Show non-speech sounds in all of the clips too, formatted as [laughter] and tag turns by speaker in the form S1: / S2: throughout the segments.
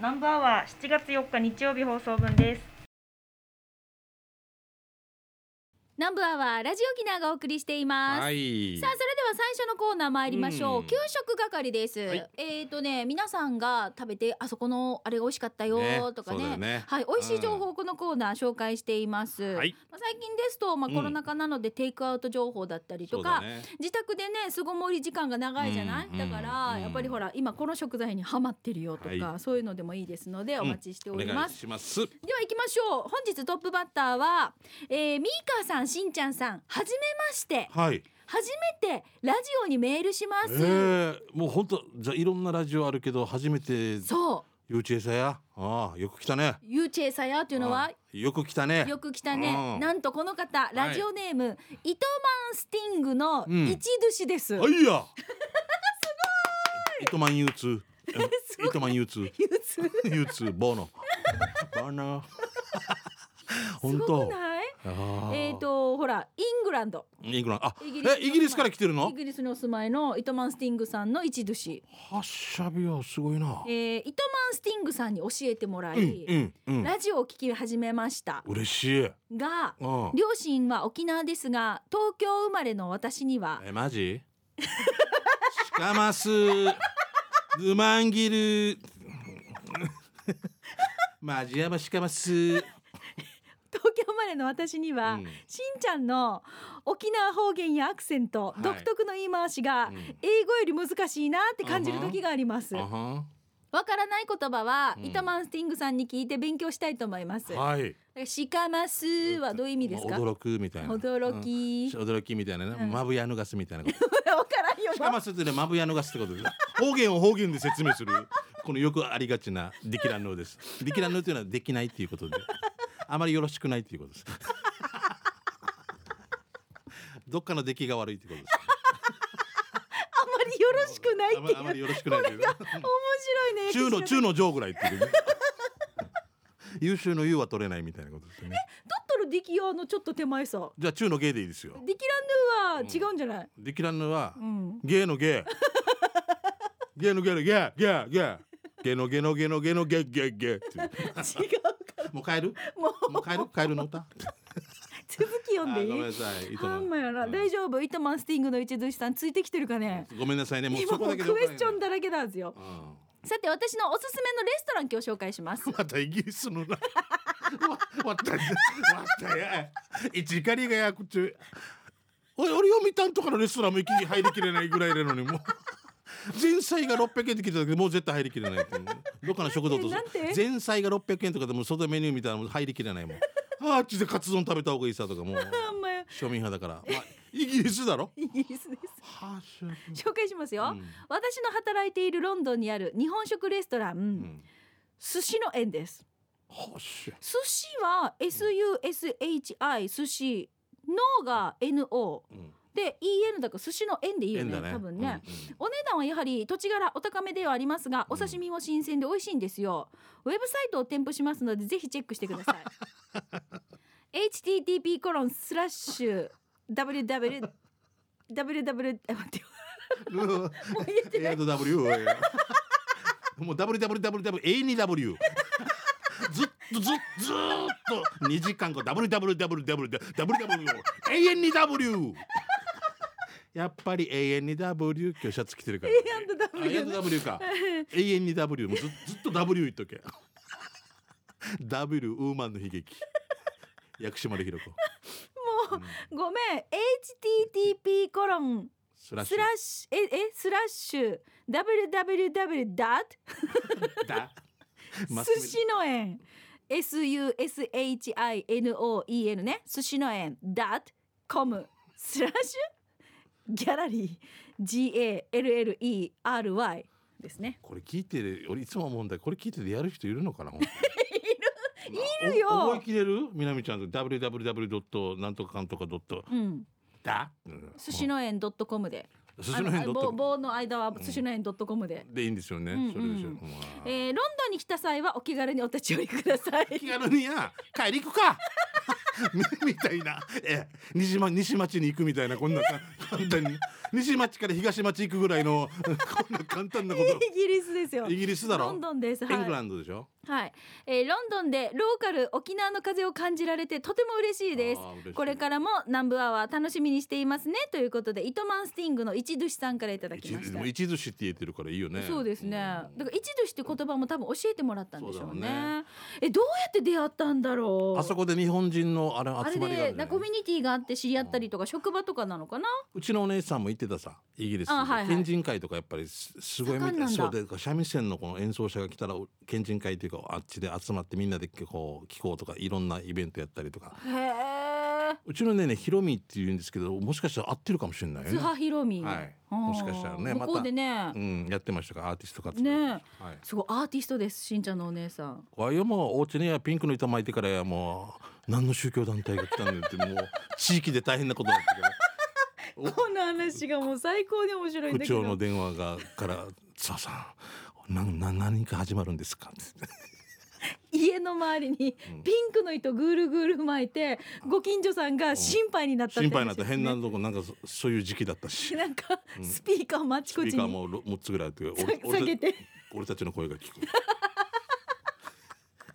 S1: ナンバーは7月4日日曜日放送分です
S2: 南部アワーラジオギナーがお送りしています、
S3: はい
S2: さあそれでは最初のコーナー参りましょう、
S3: うん
S2: 給食係です、
S3: はい
S2: えっ、とね皆さんが食べてあそこのあれが美味しかったよーとか
S3: そうだ
S2: ね
S3: よね
S2: はい美味しい情報をこのコーナー紹介しています、
S3: はい
S2: まあ、最近ですと、まあ、
S3: うん
S2: コロナ禍なのでテイクアウト情報だったりとか、
S3: そうだね
S2: 自宅でね巣ごもり時間が長いじゃない、
S3: うん
S2: だから、
S3: うん
S2: やっぱりほら今この食材にハマってるよとか、
S3: は
S2: そういうのでもいいですのでお待ちしてお
S3: お
S2: り
S3: 願
S2: ま
S3: い
S2: す、
S3: します
S2: では行きましょう本日トップバッターは、えー、ミーカーさんしんちゃんさんはじめまして
S3: はい
S2: 初めてラジオにメールしま
S3: え
S2: す、
S3: ー、もう本当じゃあいろんなラジオあるけど初めて
S2: そう
S3: 幼稚園生やああよく来たね
S2: ゆうちえさやというのは
S3: うんよく来たね
S2: よく来たね、
S3: うん
S2: なんとこの方ラジオネーム、イトマンスティングの
S3: うん
S2: 一寿です、 [laughs]
S3: はいやすごい糸満憂鬱糸満憂
S2: [laughs]
S3: 鬱
S2: ゆうつ
S3: 憂鬱ボーノボーノ
S2: す
S3: 本
S2: ご
S3: 当
S2: くない
S3: ああ
S2: えっ、とほらイングランド
S3: イングランドあ
S2: イギリスの
S3: えイギリスから来てるの
S2: イギリスにお住まいのイトマンスティングさんの一寿司、
S3: はっしゃびはすごいな
S2: えー、イトマンスティングさんに教えてもら
S3: う
S2: い、
S3: んうんうん
S2: ラジオを聞き始めました
S3: 嬉しい
S2: が
S3: うん
S2: 両親は沖縄ですが東京生まれの私には
S3: えマジしかますうまんぎるマジやばしかます、うん
S2: 東京生まれの私には、しんちゃんの沖縄方言やアクセント、
S3: はい
S2: 独特の言い回しが、
S3: うん
S2: 英語より難しいなって感じる時があります
S3: あ
S2: わ
S3: は
S2: からない言葉は、
S3: うん
S2: イタマンスティングさんに聞いて勉強したいと思います、
S3: はい
S2: しかますはどういう意味ですか
S3: 驚くみたいな
S2: 驚
S3: うん
S2: き、
S3: 驚きみたいなね、
S2: うん
S3: まぶや脱がすみたいなこと
S2: [laughs] わからんよ
S3: しかますってねまぶや脱がすってことです方言を方言で説明するこのよくありがちなできらんのですできらんのというのはできないっていうことであまりよろしくないということですどっかの出来が悪いってことです
S2: あんまりよろしくないっていう
S3: あまあま
S2: 面
S3: りよろしくないという。
S2: 白いね
S3: 中の
S2: ちょ
S3: 中の上ぐらいっていうね。優秀の優は取れないみたいなことですよね。
S2: だったらディキアのちょっと手前さ
S3: じゃあ中の芸でいいですよ。
S2: ディキランヌーは違うんじゃない、
S3: できらんのは
S2: うん、
S3: 芸の芸。芸の芸の芸芸芸。芸の芸の芸の芸の芸芸芸っていう。
S2: 違うから
S3: もう帰る？
S2: もう
S3: もう帰る？帰るの歌？
S2: 続き読ん
S3: あ
S2: で
S3: ごめん
S2: いい
S3: なさい。いいと
S2: あ
S3: 思
S2: ん
S3: う
S2: まやな、大丈夫イトマンスティングの一寿司さんついてきてるかね
S3: ごめんなさいね。もう
S2: 今
S3: そ
S2: も
S3: こ
S2: う
S3: だけで
S2: クエスチョン
S3: だ。
S2: だらけなんですよ
S3: うん
S2: さて私のおすすめのレストラン今日紹介します
S3: またイギリスのな。 [laughs] わ、わった、わったや。一狩りがやくちゅ。おい、俺読みたんとかのレストランも一気に入りきれないぐらいなのに、もう。前菜が600円で来てたけどもう絶対入りきれないっていうどっかの食堂と
S2: なんてなんて
S3: 前菜が600円とかでもう外メニュー見たらもう入りきれないもんあっちでカツ丼食べた方がいいさとかもう
S2: あんまや
S3: 庶民派だから、まあ、イギリスだろ
S2: イギリスで
S3: はあし
S2: す紹介しますよ、
S3: ゃうん
S2: 私の働いているロンドンにある日本食レストラン、
S3: うん
S2: 寿司の園です
S3: はあしゃ
S2: 寿司は SUSHI 寿司のが NO
S3: うん
S2: で EN だから寿司の園でいいよ
S3: 縁
S2: ね
S3: だね
S2: 多分ね、
S3: うんうん
S2: お値段はやはり土地柄お高めではありますが
S3: う
S2: お
S3: ん
S2: 刺身も新鮮で美味しいんですよ、ウェブサイトを添付しますのでぜひチェックしてくださ
S3: [laughs]
S2: い http コロンスラッシュ www www え待ってよもう言えてない
S3: AW [laughs] もう WWW 永遠に W ずっとずっずーっと2時間後 WWWWWW 永遠に W やっぱり永遠に W 今日シャツ着てるから
S2: A&W
S3: あ A&W か永遠に W もうずずっと W 言っとけ W ウーマンの悲劇薬師丸ひろ子
S2: もうごめん http コロン
S3: スラッシ
S2: ス
S3: ュ
S2: ラッシュええスラッシュ www ダッ [laughs]
S3: だマスメ
S2: 寿司の園 SUSHINOEN ね寿司の園 .com スラッシュギャラリー GALLERY ですね
S3: これ聞いてる俺いつも思うんだけどこれ聞いててやる人いる
S2: [laughs]
S3: のかない
S2: いるよ
S3: 覚えきれるみなみちゃんと www. なんとかかんとか .da?
S2: うん
S3: うん
S2: 寿司の園 .com で
S3: 寿司の辺
S2: あのあ棒
S3: .com
S2: 棒の間は寿司の園 .com で、
S3: でいいんですよね、
S2: うんうん
S3: それでしょ、うわ
S2: え
S3: [laughs]
S2: ーロンドンに来た際はお気軽にお立ち寄りください
S3: 気軽にや帰り行くか [laughs] みたいなええ西ま西町に行くみたいなこんなか簡単に西町から東町行くぐらいの [laughs] こんな簡単なこ
S2: イギリスですよ
S3: とイギリスだ
S2: ロ
S3: ろ
S2: ンドンです
S3: エング
S2: は
S3: ランドでしょ
S2: い、はいえーロンドンでローカル沖縄の風を感じられてとても嬉しいです
S3: あー嬉しい
S2: これからも南部アワー楽しみにしていますねということで糸満スティングの一寿司さんからいただきま
S3: 一
S2: した
S3: もう一寿司って言えてるからいいよね
S2: そうですね。だから一寿司って言葉も多分教えてもらったんでしょう
S3: そう
S2: ね。
S3: だろ
S2: えどうやって出会ったんだろ
S3: うん
S2: う。
S3: あそこで日本人のあれ
S2: あれ
S3: 集まりがあ
S2: で
S3: るじ
S2: な
S3: ゃない
S2: コミュニティがあって知り合ったりとか職場とかなのかな。
S3: うちのお姉さんも行ってたさイギリス
S2: あはいはい
S3: 県人会とかやっぱりすすごいみた
S2: 盛ん
S3: い
S2: なんだ
S3: そうで三味線のこの演奏者が来たらお県人会というかあっちで集まってみんなでこう聞こうとかいろんなイベントやったりとか
S2: へえ。
S3: うちのねねヒロミっていうんですけどもしかしたら合ってるかもしれないよ
S2: 津
S3: ね
S2: 波ひろみ。
S3: はい
S2: あー
S3: もしかしたらね
S2: 向こうでね
S3: う。んやってましたからアーティスト活動
S2: ね
S3: はい
S2: すごいアーティストですしんちゃんのお姉さん。
S3: わいよもうお家にはピンクの板巻いてからやもう何の宗教団体が来たんだよってもう地域で大変なことになったけどお
S2: この話がもう最高に面白いん
S3: 区
S2: だけど。
S3: 長の電話がから「津和さんなな何か始まるんですか?」って
S2: 家の周りにピ
S3: うん
S2: ンクの糸ぐるぐる巻いてご近所さんが心配になったって
S3: 心
S2: 話
S3: 配になっ
S2: で
S3: た
S2: すね
S3: 変なとこなんかそそういう時期だっ
S2: [laughs]
S3: たし
S2: なんか
S3: うん
S2: スピーカーマチ
S3: スピ
S2: コ
S3: ー
S2: チ
S3: カー
S2: に
S3: もろ6つぐらいあって
S2: さ
S3: 俺
S2: 下げ
S3: 俺た [laughs]
S2: て
S3: 俺たちの声が
S2: [laughs]
S3: 聞こえ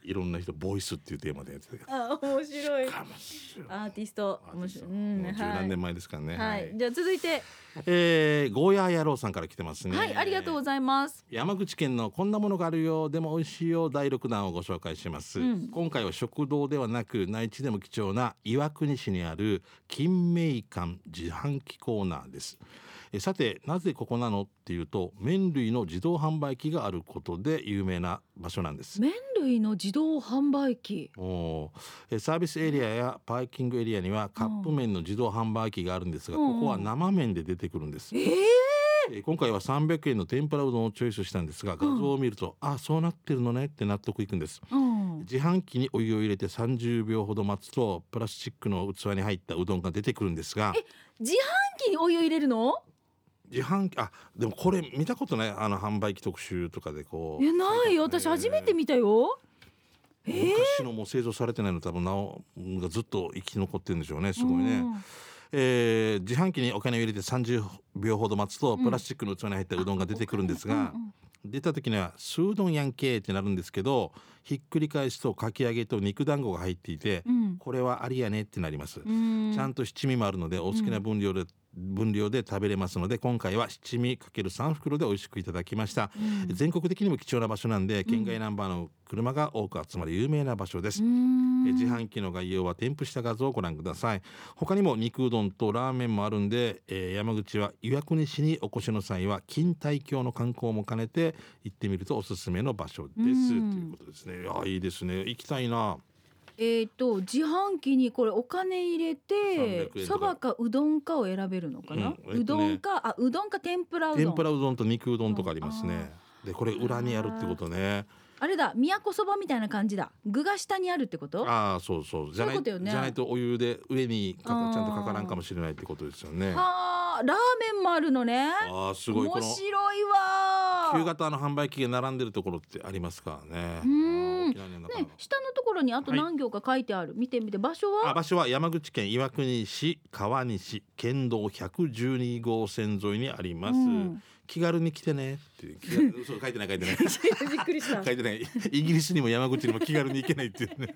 S3: いろんな人「ボイス」っていうテーマでやってたけど
S2: あ面白い
S3: かもしれない
S2: アーティスト
S3: アーテ
S2: 面
S3: ィス
S2: 白
S3: ト
S2: いう
S3: も
S2: ん
S3: う十
S2: は
S3: 何
S2: い
S3: 年前ですからね、
S2: は
S3: はいい
S2: じゃあ続いて
S3: えーゴーヤー野郎さんから来てますね
S2: はいありがとうございます
S3: 山口県のこんなものがあるよでも美味しいよ第6弾をご紹介します、
S2: うん
S3: 今回は食堂ではなく内地でも貴重な岩国市にある金明館自販機コーナーですえさてなぜここなのっていうと麺類の自動販売機があることで有名な場所なんです
S2: 麺類の自動販売機
S3: おーえサービスエリアやパーキングエリアにはカップ麺の自動販売機があるんですが、
S2: うん
S3: ここは生麺で出てくるんです
S2: えー
S3: えー今回は300円の天ぷらうどんをチョイスしたんですが画像を見ると、あそうなってるのねって納得いくんです
S2: うん
S3: 自販機にお湯を入れて30秒ほど待つとプラスチックの器に入ったうどんが出てくるんですが
S2: 自販機にお湯入れるの
S3: 自販機あでもこれ見たことないあの販売機特集とかでこう
S2: えないよ私初めて見たよえー
S3: 昔のもう製造されてないの多分なおがずっと生き残ってるんでしょうねすごいね、
S2: うん
S3: えー自販機にお金を入れて30秒ほど待つとプラスチックの器に入ったうどんが出てくるんですが、
S2: うん
S3: 出た時には「スードンやんけ」ってなるんですけどひっくり返すとかき揚げと肉団子が入っていて、
S2: うん
S3: これはありやねってなります、
S2: うん
S3: ちゃんと七味もあるのでお好きな分量で、分量で食べれますので今回は七味かける3袋で美味しくいただきました、
S2: うん
S3: 全国的にも貴重な場所なんで県外ナンバーの車が多く集まる有名な場所です、
S2: うん
S3: え自販機の概要は添付した画像をご覧ください他にも肉うどんとラーメンもあるんで、えー山口は岩国市にお越しの際は錦帯橋の観光も兼ねて行ってみるとおすすめの場所ですと
S2: うん
S3: いうことですねいやいいですね行きたいな
S2: えー、と自販機にこれお金入れ
S3: 300
S2: て
S3: 円
S2: そ
S3: とか
S2: ばかうどんかを選べるのかな、
S3: うんえっとね
S2: うどんかあうどんか天ぷらうどん
S3: 天ぷらうどんと肉うどんとかありますねでこれ裏にあるってことね
S2: あれだ宮古そばみたいな感じだ具が下にあるってことは
S3: ああそうそうじゃない
S2: そういうことよね
S3: じゃないとお湯で上にか
S2: あー
S3: かちゃんとかからんかもしれないってことですよねあ
S2: あラーメンもあるのね
S3: あーすごいこ
S2: 面
S3: の
S2: 白いわ
S3: 旧
S2: ー
S3: 型の販売機が並んでるところってありますからね
S2: うん
S3: 沖縄にはなかな
S2: ね
S3: か
S2: 下のところにあと何行か書いてある、見てみて場所は
S3: あ場所は山口県岩国市川西県道112号線沿いにあります、
S2: うん
S3: 気軽に来てねっていう気軽嘘書いてない書いて
S2: [laughs]
S3: ない
S2: [laughs] びっくりした
S3: 書いてないイギリスにも山口にも気軽に行けないっていうね、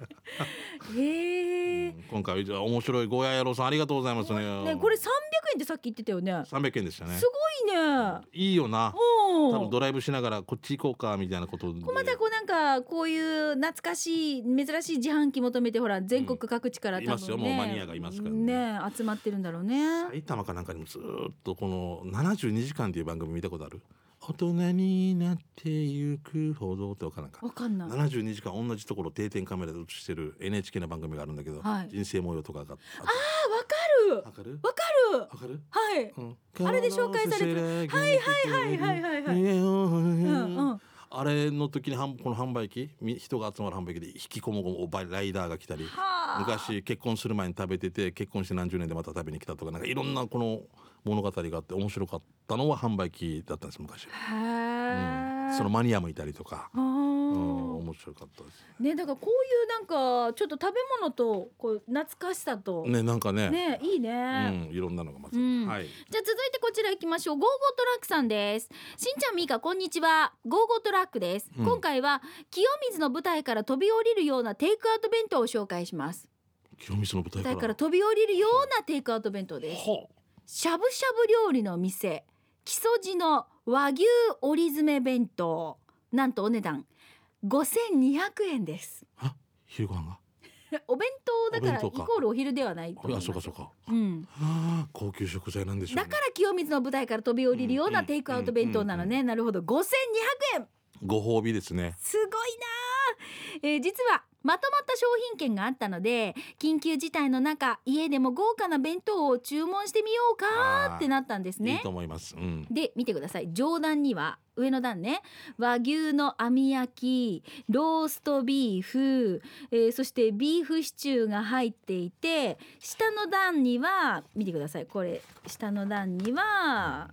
S2: へえ、
S3: うん今回は面白いゴーヤ野郎さんありがとうございますね
S2: ね、これ300円ってさっき言ってたよね
S3: 300円でしたね
S2: すごいね
S3: いいよな
S2: お
S3: 多
S2: ー
S3: 分ドライブしながらこっち行こうかみたいなことで
S2: こうまたこうなんかこういう懐かしい珍しい自販機求めてほら全国各地から
S3: うん
S2: 多分ね、
S3: いますよもうマニアがいますからね
S2: ねえ集まってるんだろうね
S3: 埼玉かなんかにもずーっとこの72時間っていう番組見たことある大人になってゆくほどとかなんか
S2: わかんない
S3: 72時間同じところ定点カメラで映してる NHK の番組があるんだけど、
S2: はい
S3: 人生模様とかがあ
S2: あわ
S3: っ
S2: か
S3: わかる
S2: わかる
S3: わかる、
S2: はい
S3: うん
S2: あれで紹介されてる
S3: は
S2: はい
S3: い
S2: はいはいはいはいうんうん
S3: あれの時にはんこの販売機み人が集まる販売機で引きこもごもバイライダーが来たり
S2: はあ
S3: 昔結婚する前に食べてて結婚して何十年でまた食べに来たとかなんかいろんなこの物語があって面白かったのは販売機だったんです昔、
S2: へ
S3: う
S2: え、
S3: んそのマニアもいたりとか、
S2: あー
S3: うん面白かったです。
S2: ねだからこういうなんかちょっと食べ物とこう懐かしさとね
S3: ねなんかね
S2: いいね、
S3: うんいろんなのがまず、
S2: うん
S3: はい
S2: じゃあ続いてこちら行きましょうゴーゴートラックさんですしんちゃんみーかこんにちはゴーゴートラックです、
S3: うん
S2: 今回は清水の舞台から飛び降りるようなテイクアウト弁当を紹介します
S3: 清水の舞
S2: 舞
S3: 台
S2: 台
S3: か
S2: から
S3: ら。
S2: 飛び降りるようなテイクアウト弁当です
S3: ほ
S2: しゃぶしゃぶ料理の店木曽路の和牛折り詰め弁当なんとお値段5200円です
S3: う昼ご飯が。
S2: お弁当だから
S3: お弁当
S2: イ
S3: か
S2: コールお昼ではないと思い
S3: あ
S2: ます
S3: そうかそうか。
S2: うん、
S3: あー高級食材なんでしょう、
S2: だ
S3: ね
S2: か。ら清水の舞台から飛び降りるよう
S3: う
S2: なんテイクアウト弁当なのね、なるほど5200円
S3: ご褒美ですね。
S2: すごいなあ、えー実はまとまった商品券があったので緊急事態の中家でも豪華な弁当を注文してみようかってなったんです
S3: いい
S2: ね
S3: と思います。うん。
S2: で見てください上段には上の段ね和牛の網焼きローストビーフ、えーそしてビーフシチューが入っていて下の段には見てくださいこれ下の段には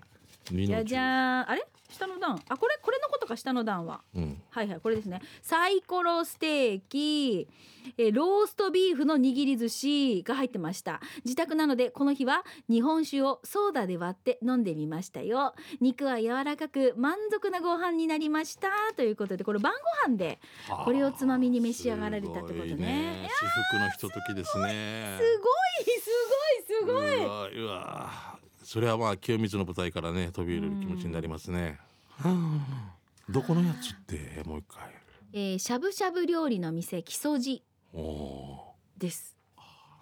S3: 二
S2: じ
S3: の
S2: ゃ
S3: うち
S2: じゃーんあれ下の段あこれこれのことか下の段は
S3: うん。
S2: はいはいこれですねサイコロステーキ、えーローストビーフの握り寿司が入ってました自宅なのでこの日は日本酒をソーダで割って飲んでみましたよ肉は柔らかく満足なご飯になりましたということでこれ晩ご飯で
S3: はあ
S2: これをつまみに召し上がられたってことね
S3: すごい至福のひとときですね。
S2: すごいすごいすごいう
S3: わうわそれはまあ清水の舞台からね飛び降りる気持ちになりますね。はあどこのやつってもう一回。
S2: えーしゃぶしゃぶ料理の店木曽路
S3: おお
S2: です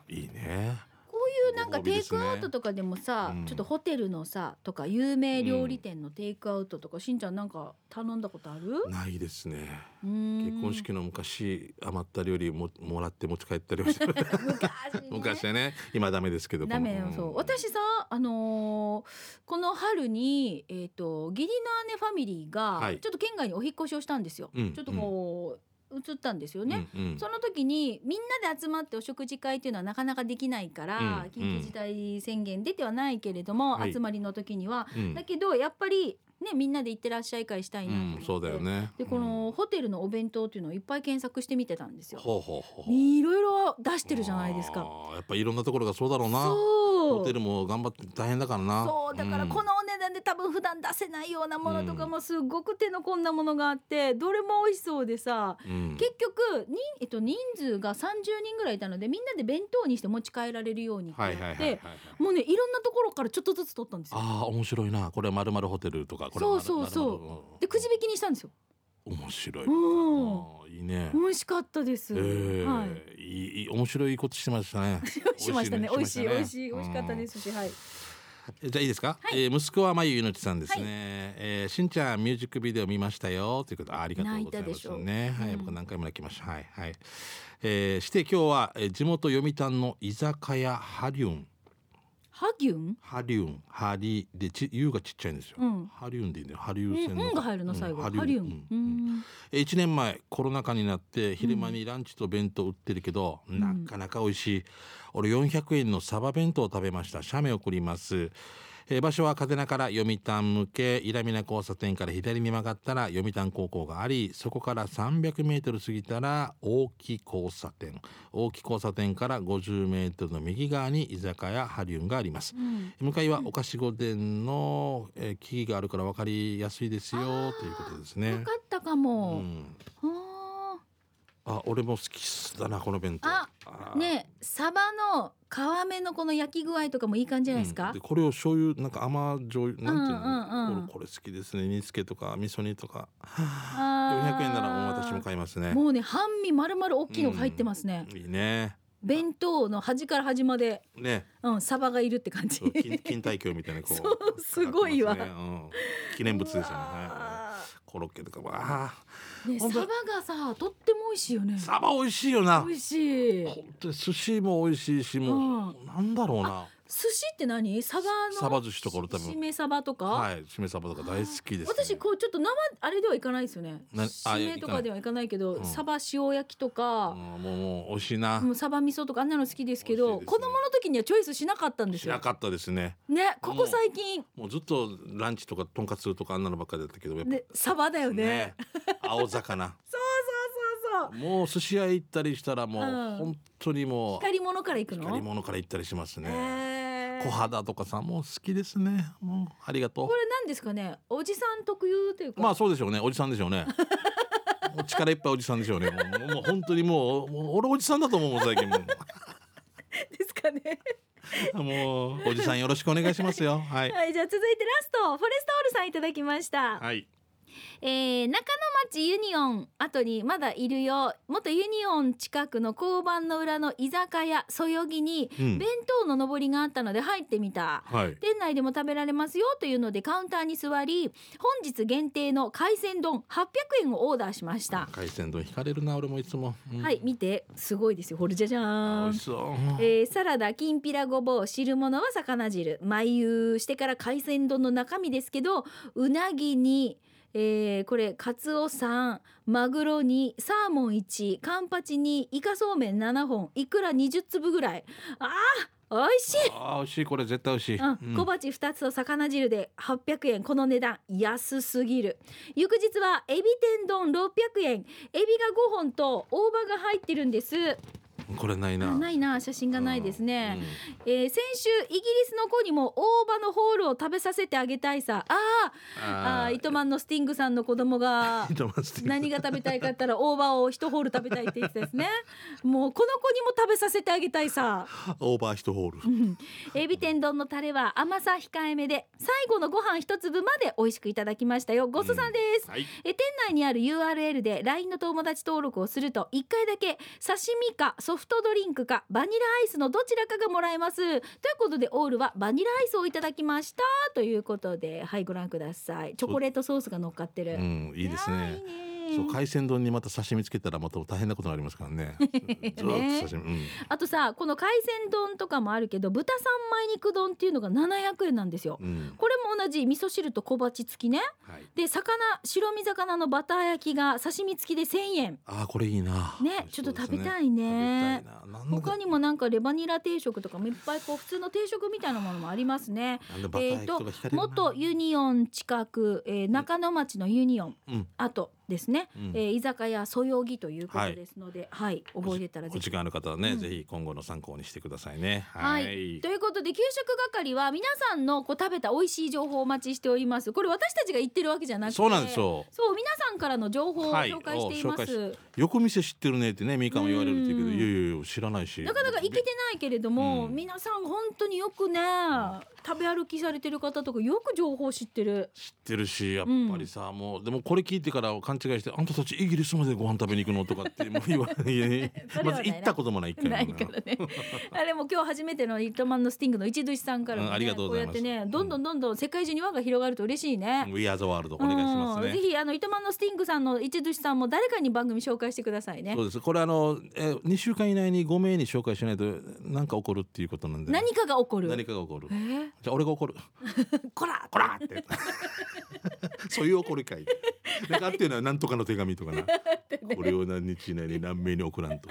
S3: ーいいね。
S2: こういうなんか
S3: ご褒美
S2: テ
S3: で
S2: イ
S3: すね
S2: クアウトとかでもさ、
S3: うん
S2: ちょっとホテルのさとか有名料理店のテイクアウトとか、しんちゃんなんか頼んだことある
S3: ないですね。
S2: 結
S3: 結婚式の昔余った料理ももらって持ち帰ったりもして
S2: [laughs]
S3: 昔
S2: 昔ね
S3: はね今ダメですけど
S2: ダメよそう私さあのーこの春にえっ、と義理の姉ファミリー
S3: は
S2: が
S3: い
S2: ちょっと県外にお引っ越しをしたんですよ、
S3: うん
S2: ちょっとこう、移ったんですよ
S3: も
S2: ね、
S3: ね、うんうん
S2: その時にみんなで集まってお食事会っていうのはなかなかできないから、
S3: うん
S2: 緊急事態宣言出てはないけれども、
S3: はい
S2: 集まりの時には
S3: うん
S2: だけどやっぱりねみんなで行ってらっしゃい会したいなと思って、
S3: うんそうだよね
S2: でこ
S3: うん
S2: のホテルのお弁当っていうのをいっぱい検索してみてたんですよ。
S3: ほうほうほうほう
S2: いろいろ出してるじゃないですか。
S3: あーやっぱいろんなところがそうだろうな
S2: そう
S3: ホテルも頑張って大変だからな
S2: そうだからこのお値段で多分普段出せないようなものとかもすごく手の込んだものがあってどれも美味しそうでさ
S3: うん、うん
S2: 結局人,、えっと、人数が30人ぐらいいたのでみんなで弁当にして持ち帰られるようにって
S3: は
S2: や
S3: いはい
S2: っ
S3: はいはい
S2: て
S3: はい
S2: もうねいろんなところからちょっとずつ取ったんですよ。
S3: ああ面白いなこれまるまるホテルとかこれ
S2: そうそうそう
S3: う
S2: でくじ引きにしたんですよ。
S3: 面白い
S2: うん
S3: あーいいね
S2: 美味しかったです。
S3: えー
S2: はい
S3: いいいい面白いことしてましたね
S2: [laughs] しましたね。美味しい、美味しい、
S3: う
S2: 美
S3: ん
S2: 味しかったですし、はい。
S3: えじゃあいいですか、えー息子はまゆいのちさんですね、えーしんちゃんミュージックビデオ見ましたよということあありがとうござい
S2: 泣いた
S3: ま
S2: でし
S3: す
S2: ょう
S3: ねはい、
S2: うん
S3: 僕何回も泣きましたはいはい、えーして今日は、えー地元読谷の居酒屋ハリュン
S2: ハギュン。
S3: ハリュンハリでち U がちっちゃいんですよ、
S2: うん
S3: ハリュンでいいんだよハリ
S2: う
S3: ュー線
S2: ん、
S3: の
S2: うんが入るの
S3: うん
S2: 最後。ハ
S3: ハリュン
S2: リウ
S3: うん
S2: ム。う
S3: うん
S2: ん。
S3: えー1年前コロナ禍になって昼間にランチと弁当売ってるけど、なかなか美味しい俺400円のサバ弁当を食べました写メ送ります、えー場所は嘉手納から読谷向けイラミナ交差点から左に曲がったら読谷高校がありそこから300メートル過ぎたら大木交差点大木交差点から50メートルの右側に居酒屋ハリウンがあります
S2: うん。
S3: 向かいはお菓子御殿の、えー木々があるから分かりやすいですよということです
S2: よ
S3: ね
S2: か。ったか
S3: う
S2: も。
S3: ん
S2: あ
S3: あ、俺も好きっすだなこの弁当。
S2: あ
S3: あ
S2: ーねえ、サバの皮目のこの焼き具合とかもいい感じじ
S3: じ
S2: ゃないですか。
S3: これを醤油なんか甘醤油なんていうの、
S2: うんうんうん
S3: 俺これ好きですね。煮付けとか味噌煮とか。四
S2: あ
S3: 百
S2: ー
S3: 円ならもう私も買いますね。
S2: もうね、半身丸々大きいのが入ってますね。
S3: いいね。
S2: 弁当の端から端まで、
S3: ね、
S2: うん、サバがいるって感じ
S3: そ。う
S2: [laughs]
S3: 金金太鏡みたいなこう。
S2: そうすごいわ
S3: かかってますねうん記念物ですよね。
S2: う
S3: はい
S2: わ
S3: コロッケとかもあ
S2: ーね、サ
S3: ほんと
S2: バがさ、とっても美味しいよね
S3: ー、。サバ美味しいよな。
S2: 美味しい。
S3: 本当に寿司も美味しいしもう、なんだろうな。
S2: 寿司って何サバの
S3: サバ寿司とか俺多分
S2: しめサバとか、
S3: はい、しめサバとか大好きです、ね。
S2: 私こうちょっと生あれではいかないですよね
S3: な
S2: し
S3: あ
S2: めとかではいかないけど
S3: いかない
S2: サバ塩焼きと
S3: うん
S2: か、
S3: もうもう美味しいな。
S2: もうサバ味噌とかあんなの好きですけど
S3: 美味しいです
S2: 子
S3: ね
S2: 供の時にはチョイスしなかったんです
S3: し
S2: よ
S3: なかったですね。
S2: ねここ最近
S3: もうずっとランチとかとんかつとかあんなのばっかりだったけどやっぱ
S2: でサバだよね
S3: ね青魚
S2: そうそう
S3: もう寿司屋行ったりしたらもう
S2: うん
S3: 本当にもう
S2: 光り物から行くの
S3: 光り物から行ったりしますね、
S2: へー
S3: 小肌とかさもう好きですねもうありがとう
S2: これ何ですかねおじさん特有というか
S3: まあそうでしょうねおじさんでしょ
S2: [laughs]
S3: うねもう力いっぱいおじさんでしょうねもうもうもう本当にもうもう俺おじさんだと思うもん最近も
S2: ですかね
S3: うもうおじさんよろしくお願いします
S2: [laughs]
S3: よはい
S2: はいじゃあ続いてラストフォレストオールさんいただきました、
S3: はい
S2: えー中野町ユニオン後にまだいるよ元ユニオン近くの交番の裏の居酒屋そよぎに
S3: うん
S2: 弁当の上りがあったので入ってみた
S3: はい
S2: 店内でも食べられますよというのでカウンターに座り本日限定の海鮮丼800円をオーダーしました、
S3: 海鮮丼引かれるな俺もいつも、うん
S2: はい見てすごいですよほるじゃじゃー
S3: あ美
S2: ん
S3: 味しそう、
S2: えーサラダきんぴらごぼう汁物は魚汁眉してから海鮮丼の中身ですけどうなぎに、えーこれカツオ3マグロにサーモン1カンパチにイカそうめん7本いくら20粒ぐらいあーおいしい
S3: あー美味しいこれ絶対美味しい、
S2: うん、
S3: う
S2: 小
S3: ん
S2: 鉢2つと魚汁で800円この値段安すぎる翌日はエビ天丼600円エビが5本と大葉が入ってるんです
S3: これないな
S2: あないな写真がないですね、
S3: うん
S2: えー先週イギリスの子にも大葉のホールを食べさせてあげたいさあーあ
S3: あ
S2: ー
S3: ー
S2: イトマンのスティングさんの子供
S3: [laughs]
S2: が
S3: 糸満ステーキ
S2: 何が食べたいかって言ったら大葉を一ホール食べたいって言ってたですねもうこの子にも食べさせてあげたいさ
S3: オーバーヒトホール
S2: [laughs] エビ天丼のタレは甘さ控えめで最後のご飯一粒まで美味しくいただきましたよごちそうさんです、
S3: はい
S2: え店内にある URL で LINE の友達登録をすると1回だけ刺身かソフトドリンクかバニラアイスのどちらかがもらえますということでオールはバニラアイスをいただきましたということではいご覧くださいチョコレートソースが乗っかってる、
S3: うんいいです
S2: やー
S3: ね
S2: いいね
S3: そう海鮮丼にまた刺身つけたらまた大変なことになりますか
S2: [laughs]
S3: らねずーっと刺身、うん
S2: あとさこの海鮮丼とかもあるけど豚三枚肉丼っていうのが700円なんですよ
S3: うん
S2: これも同じ味噌汁と小鉢付きね
S3: はい、
S2: で魚白身魚のバター焼きが刺身付きで1,000円
S3: あーこれいいな
S2: ねちょっと食べた
S3: い
S2: いね
S3: 食べたいななんだ
S2: 他にもなんかレバニラ定食とかもいっぱいこう普通の定食みたいなものもありますね
S3: なんでバター焼きとか惹かれるな
S2: 元ユニオン近く、えー中野町のユニオン
S3: うん
S2: 後ですね、
S3: うん
S2: えー居酒屋そよぎということ
S3: はい
S2: ですのではい、覚えてたら
S3: お
S2: ぜひ
S3: 時間ある方はね、
S2: うん
S3: ぜひ今後の参考にしてくださいね
S2: は
S3: はいい、
S2: ということで給食係は皆さんのこう食べた美味しい情報をお待ちしておりますこれ私たちが言ってるわけじゃなくて
S3: そうなんですよ
S2: そう皆さんからの情報を
S3: はい
S2: 紹介しています、
S3: お紹横店知ってるねってねみーかんも言われるって言うけ
S2: うん
S3: どいやいやいや知らないし
S2: なかなか行けてないけれども、
S3: うん
S2: 皆さん本当によくね、食べ歩きされてる方とかよく情報知ってる
S3: 知ってるしやっぱりさ、もうでもこれ聞いてから勘違いして「あんたたちイギリスまでご飯食べに行くの?」とか
S2: [laughs]
S3: ってもう言わいやいや
S2: それは
S3: ま
S2: な
S3: ず
S2: いな
S3: 行ったこともない一回も
S2: ないからねあれも今日初めてのイットマンのスティングの一度しさんからも、
S3: うんあ
S2: ね
S3: りがとう
S2: こ
S3: ご
S2: うや
S3: ざい
S2: っ
S3: ます
S2: てねどんどんどんどん世界中に輪が広がると嬉しいね、
S3: 「We are the world」お願いします
S2: う
S3: ね
S2: んぜ。ひあの糸満のスティングさんの一寿司さんも誰かに番組紹介してくださいね
S3: そうですこれあの、えー、2週間以内に5名に紹介しないと何か起こるっていうことなんで
S2: 何かが起こる
S3: 何かが起こる
S2: えー、
S3: じゃあ俺が怒る
S2: こら
S3: こらって [laughs] そういう怒りかいなんかあっていうのは何とかの手紙
S2: [laughs]
S3: とかな、これを何日以内に何名に送らんと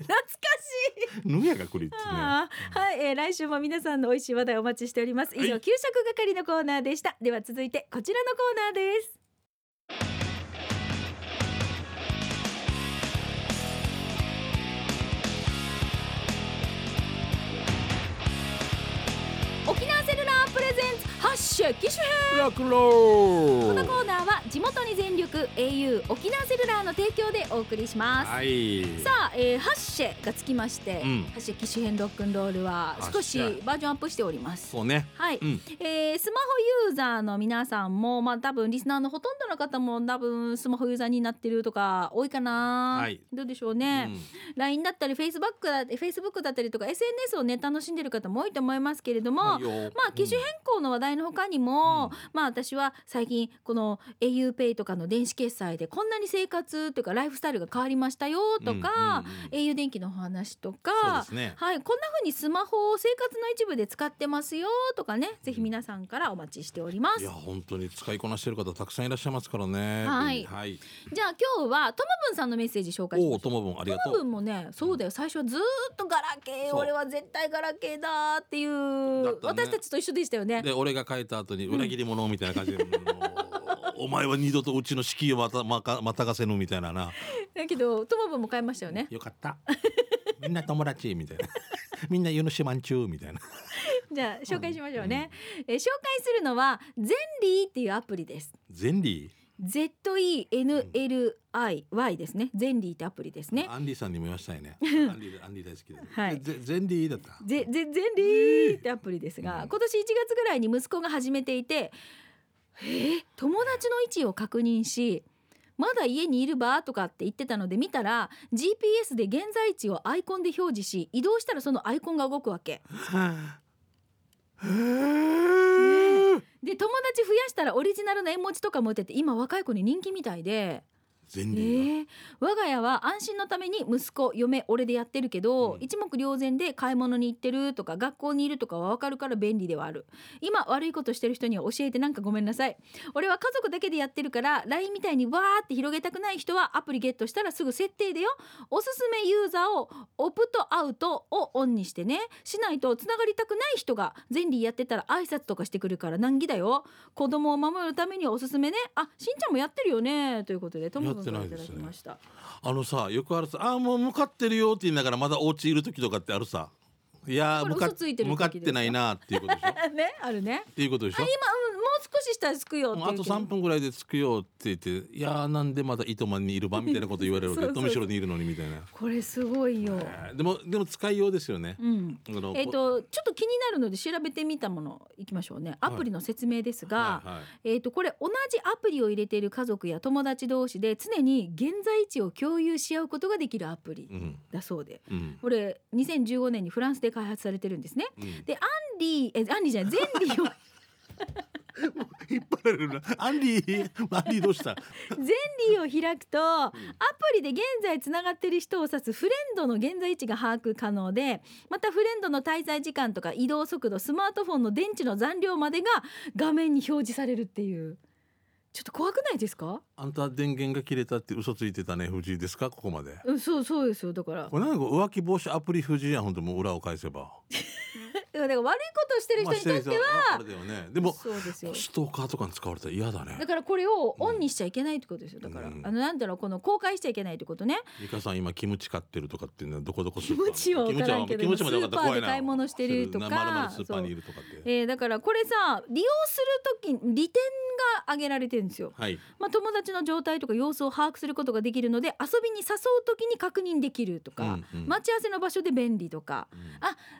S2: 懐かしい
S3: ぬやが来るってね
S2: あーはい、えー来週も皆さんの美味しい話題お待ちしております以上、
S3: はい
S2: 給食係のコーナーでしたでは続いてこちらのコーナーです沖縄セルラープレゼンツハッシュ機種編
S3: ラク
S2: こ
S3: ロ
S2: の
S3: ー
S2: コーナーは地元に全力 au 沖縄セルラーの提供でお送りします
S3: はい
S2: さあ、えーハッシェがつきまして、
S3: うん
S2: ハッシェ機種編ロックンロールは
S3: ハッシ
S2: 少
S3: ェ
S2: しバージョンアップしております。
S3: そうね
S2: はい、
S3: うん
S2: えースマホユーザーの皆さんも、まあ、多分リスナーのほとんどの方も多分スマホユーザーになってるとか多いかな、
S3: はい
S2: どうでしょうね、LINE だったり Facebook だ Facebook だったりとか SNS をね楽しんでる方も多いと思いますけれども、
S3: うん、ま
S2: まあ機種変更の話題の他にも、まあ私は最近この auPay とかの電子決済でこんなに生活というかライフスタイルが変わりましたよとか、au 電気のお話と
S3: そうで
S2: か、
S3: すね
S2: はい、こんな風にスマホを生活の一部で使ってますよとかねぜひ皆さんからお待ちしておりま
S3: い
S2: す。
S3: や本当に使いこなしてる方たくさんいらっしゃいますからね
S2: はい
S3: はい、
S2: じゃあ今日はトムブンさんのメッセージ紹介し
S3: お
S2: ま
S3: お
S2: しょ
S3: と
S2: う。
S3: もぶんありが
S2: トム
S3: と
S2: ブ
S3: う
S2: ンもねそうだよ最初はずーっとガラケー
S3: そう
S2: 俺は絶対ガラケーだーっていう
S3: だったね
S2: 私たちと一緒でしたよね。
S3: で俺が書いた後に裏切り者みたいな感じで、もう [laughs] お前は二度とうちの敷居をまたまかまたがせぬみたいなな
S2: だけどトモブも買いましたよね
S3: よかったみんな友達みたいなみんな許しまんちゅうみたいな
S2: じゃあ紹介しましょうね、えー紹介するのはゼンリーっていうアプリです
S3: ゼンリ
S2: ZENLIY ですねゼンリーってアプリです
S3: ー、
S2: ね
S3: アンディさんにも言わし
S2: [laughs]
S3: たいねアンディアンディ大好きで、
S2: はい
S3: ゼゼンリーだった
S2: ぜぜゼンリーってアプリですが、
S3: うん
S2: 今年1月ぐらいに息子が始めていて、えー友達の位置を確認しまだ家にいるばとかって言ってたので見たら GPS で現在地をアイコンで表示し移動したらそのアイコンが動くわけ
S3: へえ
S2: で友達増やしたらオリジナルの絵文字とかも打てて今若い子に人気みたいで、
S3: ゼ
S2: え
S3: ンリー
S2: ー
S3: だ
S2: 我が家は安心のために息子嫁俺でやってるけど、
S3: うん
S2: 一目瞭然で買い物に行ってるとか学校にいるとかは分かるから便利ではある今悪いことしてる人には教えてなんかごめんなさい俺は家族だけでやってるから LINE みたいにわーって広げたくない人はアプリゲットしたらすぐ設定でよおすすめユーザーをオプトアウトをオンにしてねしないとつながりたくない人がゼンリーやってたら挨拶とかしてくるから難儀だよ子供を守るためにはおすすめねあしんちゃんもやってるよねということでともくんからいただきました、
S3: あのさよくあるさ「あーもう向かってるよ」って言いながらまだお家いる時とかってあるさいやー
S2: これ
S3: 向かっ
S2: 嘘ついてる時
S3: 向かってないなーっていうことでしょ [laughs]
S2: ねあるね
S3: っていうことでしょ
S2: 今、うん、もう少ししたら着くよって
S3: もうあと3分ぐらいで着くよって言って「いやーなんでまだ糸満にいるば」みたいなこと言われるわ
S2: そ
S3: け
S2: うそう
S3: 富城にいるのにみたいな
S2: これすごいよ、
S3: えーでもでも使いようですよね、
S2: うん
S3: あの
S2: えっ、とちょっと気になるので調べてみたものいきましょうねアプリの説明ですが、
S3: はいはい
S2: えー、とこれ同じアプリを入れている家族や友達同士で常に現在地を共有し合うことができるアプリ
S3: うん
S2: だそうで
S3: うん
S2: これ2015年にフランスで開発されてるんですね。
S3: うん
S2: でアンリーえアンリーじゃないゼンリ [laughs] ーを
S3: 引っ張られるなアンリーアンリーどうした
S2: ゼンリーを開くとアプリで現在つながってる人を指すフレンドの現在位置が把握可能でまたフレンドの滞在時間とか移動速度スマートフォンの電池の残量までが画面に表示されるっていうちょっと怖くないですか、
S3: あんた電源が切れたって嘘ついてたね藤井ですかここまで
S2: うん、そうそうですよだから
S3: これなんか浮気防止アプリ藤井やん本当もう裏を返せば
S2: だから悪いことをしてる人にとっては、
S3: まあしてる人あれだよねでも
S2: そうですよ
S3: ストーカーとかに使われたら嫌だね
S2: だからこれをオンにしちゃいけないってことですよだから、
S3: うん
S2: あのなんだろうこの公開しちゃいけないってことね
S3: 美香さん今キムチ買ってるとかっていうのはどこどこス
S2: [laughs] 気
S3: ーパー
S2: 持ちは分からんけど
S3: キムチまで分か
S2: ス
S3: った
S2: ーパーで
S3: 怖な
S2: 買い物してるとか
S3: まるまるスーパーにいるとかって
S2: えーだからこれさ利用する時利点が挙げられてるんですよ、
S3: はい
S2: まあ、友達の状態とか様子を把握することができるので遊びに誘う時に確認できるとか、
S3: うんうん
S2: 待ち合わせの場所で便利とか
S3: うん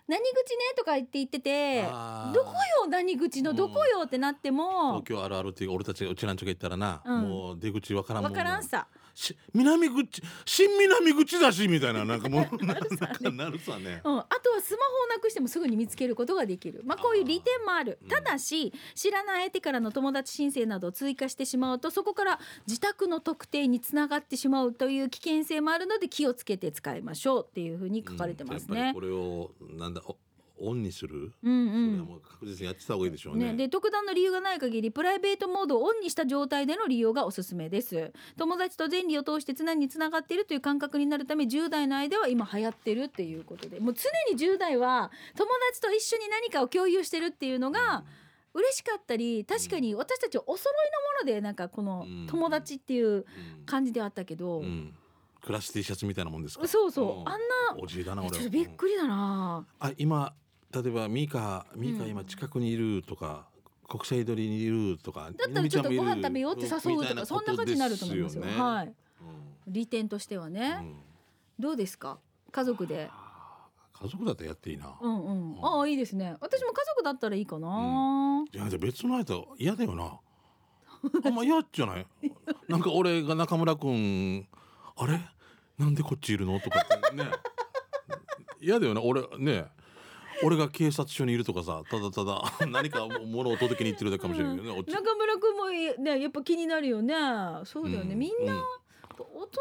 S2: 何口ねとか言って言ってて
S3: あー
S2: どこよ何口のどこよってなっても
S3: 東京あるあるっていうか俺たちがうちなんちょが行ったらな、
S2: うん
S3: もう出口わからんも
S2: 分
S3: ん
S2: か
S3: な
S2: らんさ
S3: し南口新南口だしみたいななんかも
S2: [laughs]
S3: うなんかなるさね
S2: うん、あとはスマホをなくしてもすぐに見つけることができる、まあ、こういう利点もある
S3: あー
S2: ただし知らない相手からの友達申請などを追加してしまうとそこから自宅の特定につながってしまうという危険性もあるので気をつけて使いましょうっていうふうに書かれてます
S3: うんやっ
S2: ね
S3: ぱ。りこれをなんだおオンにする、
S2: うんう
S3: それは
S2: ん
S3: もう確実にやってた方がいいでしょうね
S2: ね、で特段の理由がない限りプライベートモードをオンにした状態での利用がおすすめです友達と前理を通して常につながっているという感覚になるため10代の間は今流行ってるっていうことでもう常に10代は友達と一緒に何かを共有してるっていうのが嬉しかったり確かに私たちお揃いのものでなんかこの
S3: うん
S2: 友達っていう
S3: うん
S2: 感じではあったけど、
S3: うんクラス T シャツみたいなもんですか
S2: そうそう、
S3: ん
S2: あん
S3: おじいだな
S2: な
S3: 俺
S2: ちょっとびっくりだな、
S3: あ今例えばミカミカ
S2: うん
S3: 今近くにいるとか、国際通りにいると
S2: だ
S3: か
S2: ったらちょっとご飯食べようって誘う
S3: みた
S2: と
S3: い
S2: か
S3: な
S2: そんな感じになると思いますよ
S3: ことですよね
S2: はい
S3: うん
S2: 利点としてはね、
S3: うん
S2: どうですか家族で。
S3: あー家族だったらやっていいな、
S2: うんうん、ああいいですね私も家族だったらいいかな、
S3: じゃあじゃあ別の相手は嫌だよなあんま嫌じゃないなんか俺が中村君あれなんでこっちいるのとかってね嫌だよな俺ね俺が警察署にいるとかさただただ何か物を届けに行ってるだけかもしれないけどね、おっち
S2: 中村くんもいねやっぱ気になるよねそうだよね、
S3: うん
S2: みんな、
S3: う
S2: 大人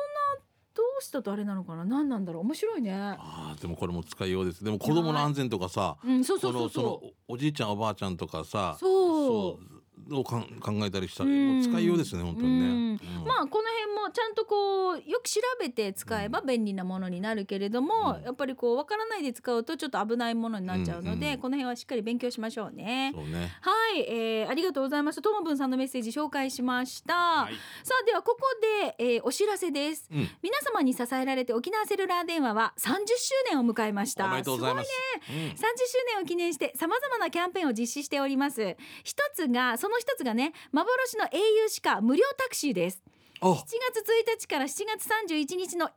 S2: どうしたとあれなのかな何なんだろう面白いね
S3: あーでもこれも使いようですでも子供の安全とかさ
S2: うんそうそ
S3: こ
S2: うそ
S3: の
S2: う
S3: その
S2: そ
S3: おおじいちゃんおばあちゃんとかさ
S2: うそう
S3: そうをかん考えたりしたり、
S2: うん
S3: もう使いようですね本当にね。うん
S2: まあこの辺もちゃんとこうよく調べて使えば便利なものになるけれども、
S3: うん
S2: やっぱりこうわからないで使うとちょっと危ないものになっちゃうので、
S3: うんうん
S2: この辺はしっかり勉強しましょうね。
S3: そうね。
S2: はい、えーありがとうございました。ともぶんさんのメッセージ紹介しました。
S3: い
S2: さあではここで、えーお知らせです。
S3: うん。
S2: 皆様に支えられて沖縄セルラー電話は30周年を迎えました。
S3: おめでとうございます。うん
S2: 30周年を記念して様々なキャンペーンを実施しております一つがその一つがね幻の au しか無料タクシーです
S3: あ
S2: 7月1日から7月31日の1ヶ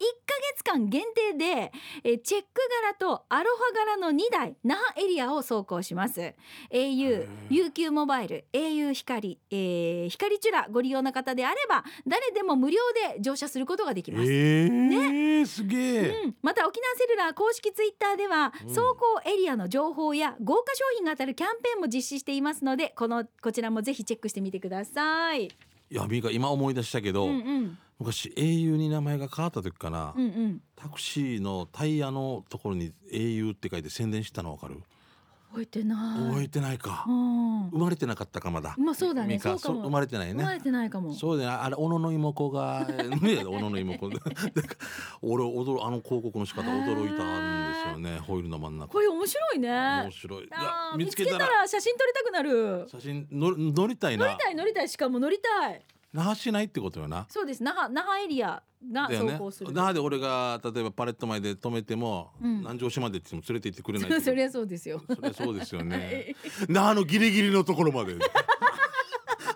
S2: 月間限定でえーチェック柄とアロハ柄の2台那覇エリアを走行します au
S3: へー
S2: UQ モバイル au 光、えー、光チュラご利用の方であれば誰でも無料で乗車することができます
S3: ええすげえ。
S2: うん、また沖縄セルラー公式ツイッターでは、
S3: うん
S2: 走行エリアの情報や豪華商品が当たるキャンペーンも実施していますのでこのこちらもぜひチェックしてみてください。
S3: いやみーか今思い出したけ
S2: う
S3: ど、
S2: んうん
S3: 昔英雄に名前が変わった時かな、
S2: うんうん、
S3: タクシーのタイヤのところに英雄って書いて宣伝したのわかる？
S2: 覚えてない。
S3: 覚えてないか
S2: う。ん、
S3: 生まれてなかったかまだ。
S2: まあそうだね
S3: みーか
S2: そうかも
S3: 生まれてない
S2: 生ま
S3: ね。
S2: れてないかも。
S3: そうだね、あれ小野の
S2: [laughs]
S3: 妹がね小野の妹だから俺驚あの広告の仕方驚いたんですよねホイールの真ん中
S2: これ面白いね。
S3: 面白いい
S2: あ
S3: や
S2: ー
S3: 見
S2: 見
S3: つ
S2: つ
S3: け
S2: け
S3: た
S2: た
S3: ら
S2: ら写真撮りたくなる。
S3: 写真の乗りたい
S2: 乗り
S3: な
S2: たい乗りたいしかも乗りたい。
S3: 那覇市内ってことよな
S2: そうです那覇那覇エリアが
S3: だよ
S2: 走
S3: ね
S2: 行する。
S3: 那覇で俺が例えばパレット前で止めても、
S2: うん
S3: 南城市までって言っても連れて行ってくれな
S2: [laughs]
S3: い
S2: そりゃそうですよ。
S3: そりゃそうで
S2: [laughs]
S3: すよね那覇のギリギリのところまで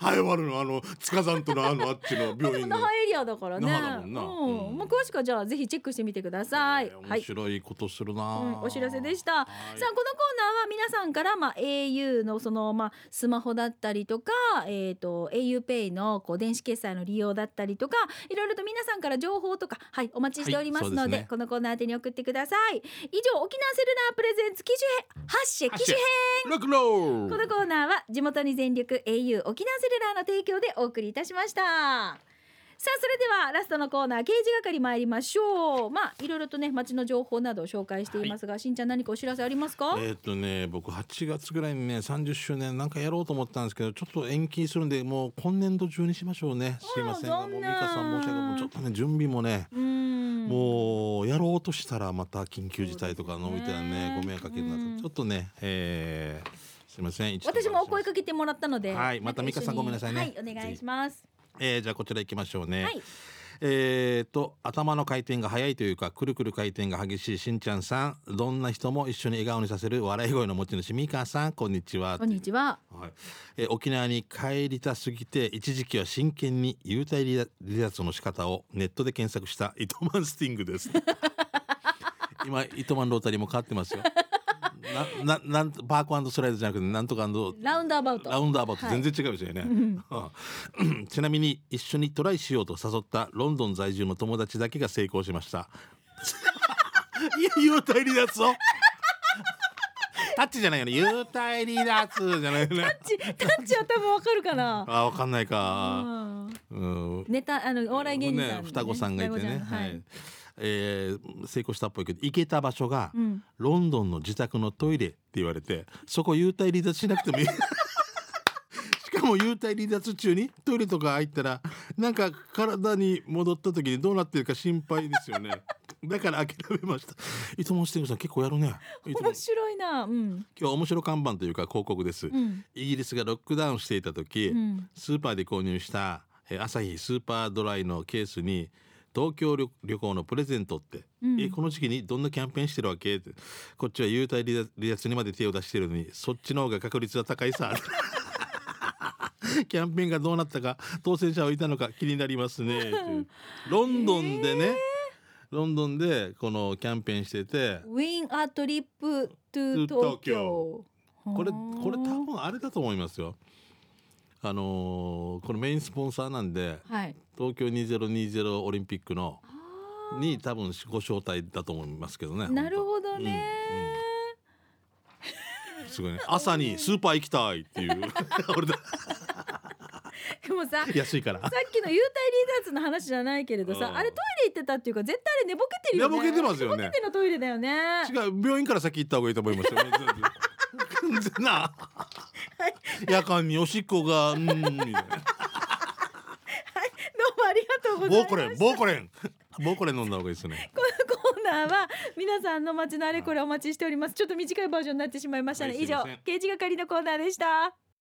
S3: 早わるのあの塚山とのあのあっちの病院
S2: 那
S3: の
S2: 覇エリアだからね。
S3: 那覇だもんな
S2: う
S3: うん
S2: ん、まあ詳しくはじゃあぜひチェックしてみてください。
S3: えー
S2: は
S3: 面
S2: い。
S3: 白いことするな、
S2: うん、お知らせでした。さあこ
S3: は
S2: のコ
S3: い
S2: ーナーは皆さんからまあ au のそのまあスマホだったりとか、えっ、と auPay のこう電子決済の利用だったりとか、いろいろと皆さんから情報とかはいお待ちしておりますので、
S3: はいそうですね
S2: このコーナー宛てに送ってください。以上沖縄セルラープレゼンツ機種編発射機種編。
S3: ロックンロール
S2: このコーナーは地元に全力 au 沖縄セルラーの提供でお送りいたしましたさあそれではラストのコーナー刑事係参りましょうまあいろいろとね街の情報などを紹介していますが、しんちゃん何かお知らせありますか、
S3: えーっとね僕8月ぐらいにね30周年なんかやろうと思ったんですけどちょっと延期するんでもう今年度中にしましょうねすいませんが
S2: 残
S3: もう
S2: 念
S3: 美香さん申し訳ないもうちょっとね準備もね、
S2: うーん
S3: もうやろうとしたらまた緊急事態とかのみたいな
S2: そうですね
S3: ねご迷惑かけるな
S2: うん
S3: とちょっとね、えーすいません
S2: 私もお声か
S3: け
S2: けてもらったので
S3: はいまた美香さん
S2: 一緒に
S3: ごめんなさいね
S2: はいお願いします
S3: えーじゃあこちら行きましょうね、
S2: はい
S3: えーっと頭の回転が速いというかくるくる回転が激しいしんちゃんさんどんな人も一緒に笑顔にさせる笑い声の持ち主美香さんこんにちは
S2: こんにちは
S3: はいえー沖縄に帰りたすぎて一時期は真剣に幽体離脱離脱の仕方をネットで検索したイトマンスティングです
S2: [laughs]
S3: 今イトマンロータリーも変わってますよなななんパークスライドじゃなくてなんとか
S2: ラウンドアバウト
S3: ラウンドアバウト
S2: はい
S3: 全然違うですよ
S2: [laughs]
S3: ね、ちなみに一緒にトライしようと誘ったロンドン在住の友達だけが成功しました
S2: [laughs]
S3: いや幽体離脱をタッチじゃないよね幽体離脱じゃないよね
S2: タッチ [laughs] タッチは多分わかるかな
S3: [laughs] あわかんないか。
S2: うん
S3: うん。
S2: ネタあのお笑い芸人さん、
S3: ね双子さんがいてね。
S2: 双子ちゃん
S3: は
S2: はいい。
S3: えー成功したっぽいけど行けた場所が、
S2: うん
S3: ロンドンの自宅のトイレって言われてそこ幽体離脱しなくても
S2: [laughs]
S3: いいしかも幽体離脱中にトイレとか入ったらなんか体に戻った時にどうなってるか心配で
S2: [laughs]
S3: すよねだから諦めましたいつもスティングさん結構やるねいつも
S2: 面白いなうん
S3: 今日は面白看板というか広告です、
S2: うん
S3: イギリスがロックダウンしていた時、
S2: うん
S3: スーパーで購入したえーアサヒスーパードライのケースに東京旅旅行のプレゼントって、
S2: うん
S3: えこの時期にどんなキャンペーンしてるわけってこっちは幽体離脱離脱にまで手を出してるのにそっちの方が確率は高いさ
S2: [laughs]
S3: キャンペーンがどうなったか当選者はいたのか気になりますね
S2: [laughs]
S3: というロンドンでね、ロンドンでこのキャンペーンしてて
S2: Win a trip to
S3: To
S2: Tokyo
S3: これこれ多分あれだと思いますよ。あのーこのメインスポンサーなんで
S2: はい
S3: 東京2020オリンピックの
S2: あ
S3: に多分ご招待だと思いますけどね。
S2: ーなるほどね
S3: 本当すごいね。朝
S2: [laughs]
S3: にスーパー行きたいっていう。 [laughs] 俺だ
S2: でもささっ
S3: 安いから。
S2: きの幽体離脱の話じゃないけれど
S3: う
S2: さ
S3: ん
S2: あれトイレ行ってたっていうか絶対あれ寝ぼけてるよね
S3: 寝ぼけてますよね
S2: 寝ぼけてのトイレだよね
S3: 違う病院から先行った方がいいと思いますよ。なあ。夜間におしっこがうんみたいな
S2: どうもありがとうござい
S3: ボ
S2: ま
S3: ー
S2: す
S3: コレンボーコレンボーコレン飲んだ方がいいですね
S2: このコーナーは皆さんの街のあれこれお待ちしておりますちょっと短いバージョンになってしまいましたね
S3: はい
S2: 以上
S3: すいません
S2: 刑事係のコーナーでした